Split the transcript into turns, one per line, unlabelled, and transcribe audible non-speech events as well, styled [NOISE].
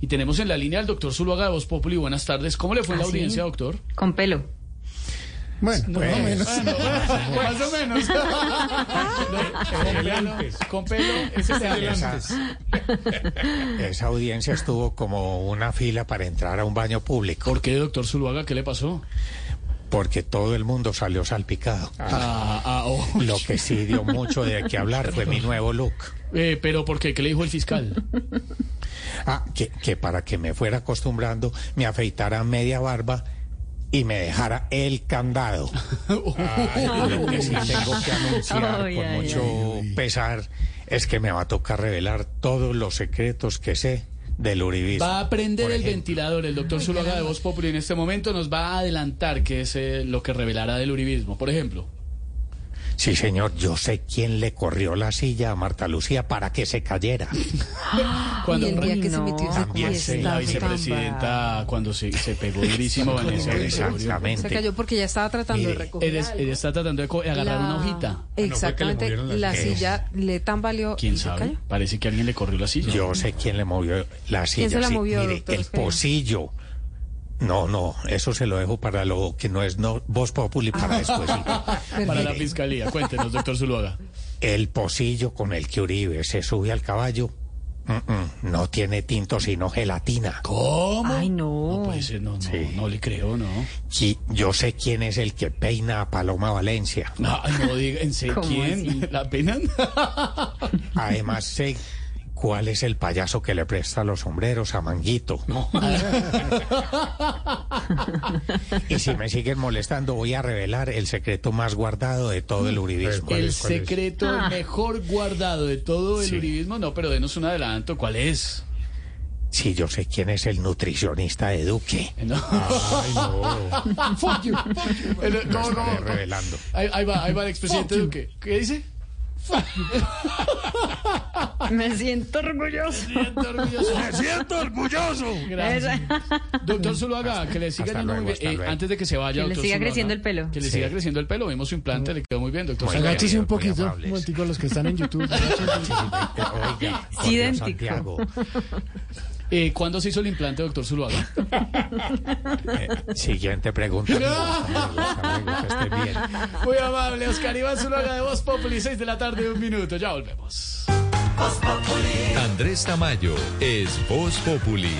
Y tenemos en la línea al doctor Zuluaga de Voz Populi. Buenas tardes. ¿Cómo le fue en la
¿Ah, sí?
audiencia, doctor?
Con pelo.
Bueno,
pues,
más o menos.
Ah, no, [LAUGHS] más o menos. No, con pelo, con pelo, ese es el
Esa, esa audiencia estuvo como una fila para entrar a un baño público,
¿Por qué, doctor Zuluaga? ¿Qué le pasó?
porque todo el mundo salió salpicado.
Ah, ah,
[LAUGHS]
oh.
Lo que sí dio mucho de qué hablar fue mi nuevo look.
Eh, ¿Pero por qué? ¿Qué le dijo el fiscal?
[LAUGHS] Ah, que, que para que me fuera acostumbrando, me afeitara media barba y me dejara el candado. Lo que sí tengo que anunciar
Ay,
con
ay,
mucho pesar es que me va a tocar revelar todos los secretos que sé del uribismo.
Va a prender
Por
el
ejemplo.
ventilador. El doctor Zuluaga de Voz Populi en este momento nos va a adelantar qué es eh, lo que revelará del uribismo. Por ejemplo.
Sí, señor, yo sé quién le corrió la silla a Marta Lucía para que se cayera.
Cuando
y el día que se
no,
metió esa
también
fiesta,
se
la
la
vicepresidenta, cuando se, se pegó durísimo en ese auditorio.
Se
Exactamente.
cayó porque ella estaba tratando
Mire,
de recoger.
Ella,
algo.
ella está tratando de co- de agarrar
La-
una hojita.
Exactamente. la
las
silla le tambaleó.
¿Quién
y se
sabe?
cayó.
Parece que alguien le corrió la silla.
Yo sé quién le movió la silla.
¿Quién se la
sí.
movió,
Mire,
doctor
el
Espera?
pocillo. No, no, eso se lo dejo para lo que no es no, Voz Populi
Ah.
para después.
[LAUGHS]
Para la
Mire,
fiscalía. Cuéntenos, doctor Zuluaga.
el pocillo con el que Uribe se sube al caballo mm, mm, no tiene tinto sino gelatina.
¿Cómo?
Ay, no.
No puede ser, Pues, eh, no, no,
Sí.
no le creo, no.
Y yo sé quién es el que peina a Paloma Valencia.
No, no diga, ¿en serio
¿Cómo
quién?
así?
¿La penan?
Además sé cuál es el payaso que le presta los sombreros a Manguito.
No.
[LAUGHS] Y si me siguen molestando, voy a revelar el secreto más guardado de todo el uribismo.
El secreto
Ah.
mejor guardado de todo el
Sí.
uribismo, no, pero denos un adelanto, ¿cuál es?
Si yo sé quién es el nutricionista de Duque.
No.
Ay,
[LAUGHS]
no.
Fuck you, fuck you. Eh, no, no,
Lo
no.
estaré revelando.
Ahí, ahí va, ahí va el expresidente Duque. ¿Qué dice?
[LAUGHS] Me siento orgulloso.
Siento orgulloso.
siento orgulloso!
Gracias. Doctor Zuluaga, que le siga
hasta
yendo muy bien.
luego, hasta
Eh,
luego.
antes de que se vaya,
Que le
doctor
siga
Zuluaga,
creciendo el pelo.
Que le
Sí.
siga creciendo el pelo. Vimos su implante, le quedó muy bien, doctor
Muy
Zuluaga.
bien.
Agáchese un
muy
poquito,
amables.
un momentico a los que están en YouTube.
Oiga, por
Sí,
Dios,
idéntico.
Santiago,
Eh, ¿Cuándo se hizo el implante, doctor
[LAUGHS]
Zuluaga?
eh, siguiente pregunta. amigo. Hasta luego, hasta luego, que esté este bien.
[LAUGHS] Muy amable, Oscar Iván Zuluaga de Voz Populi, 6 de la tarde, un minuto. Ya volvemos.
Andrés Tamayo es Voz Populi.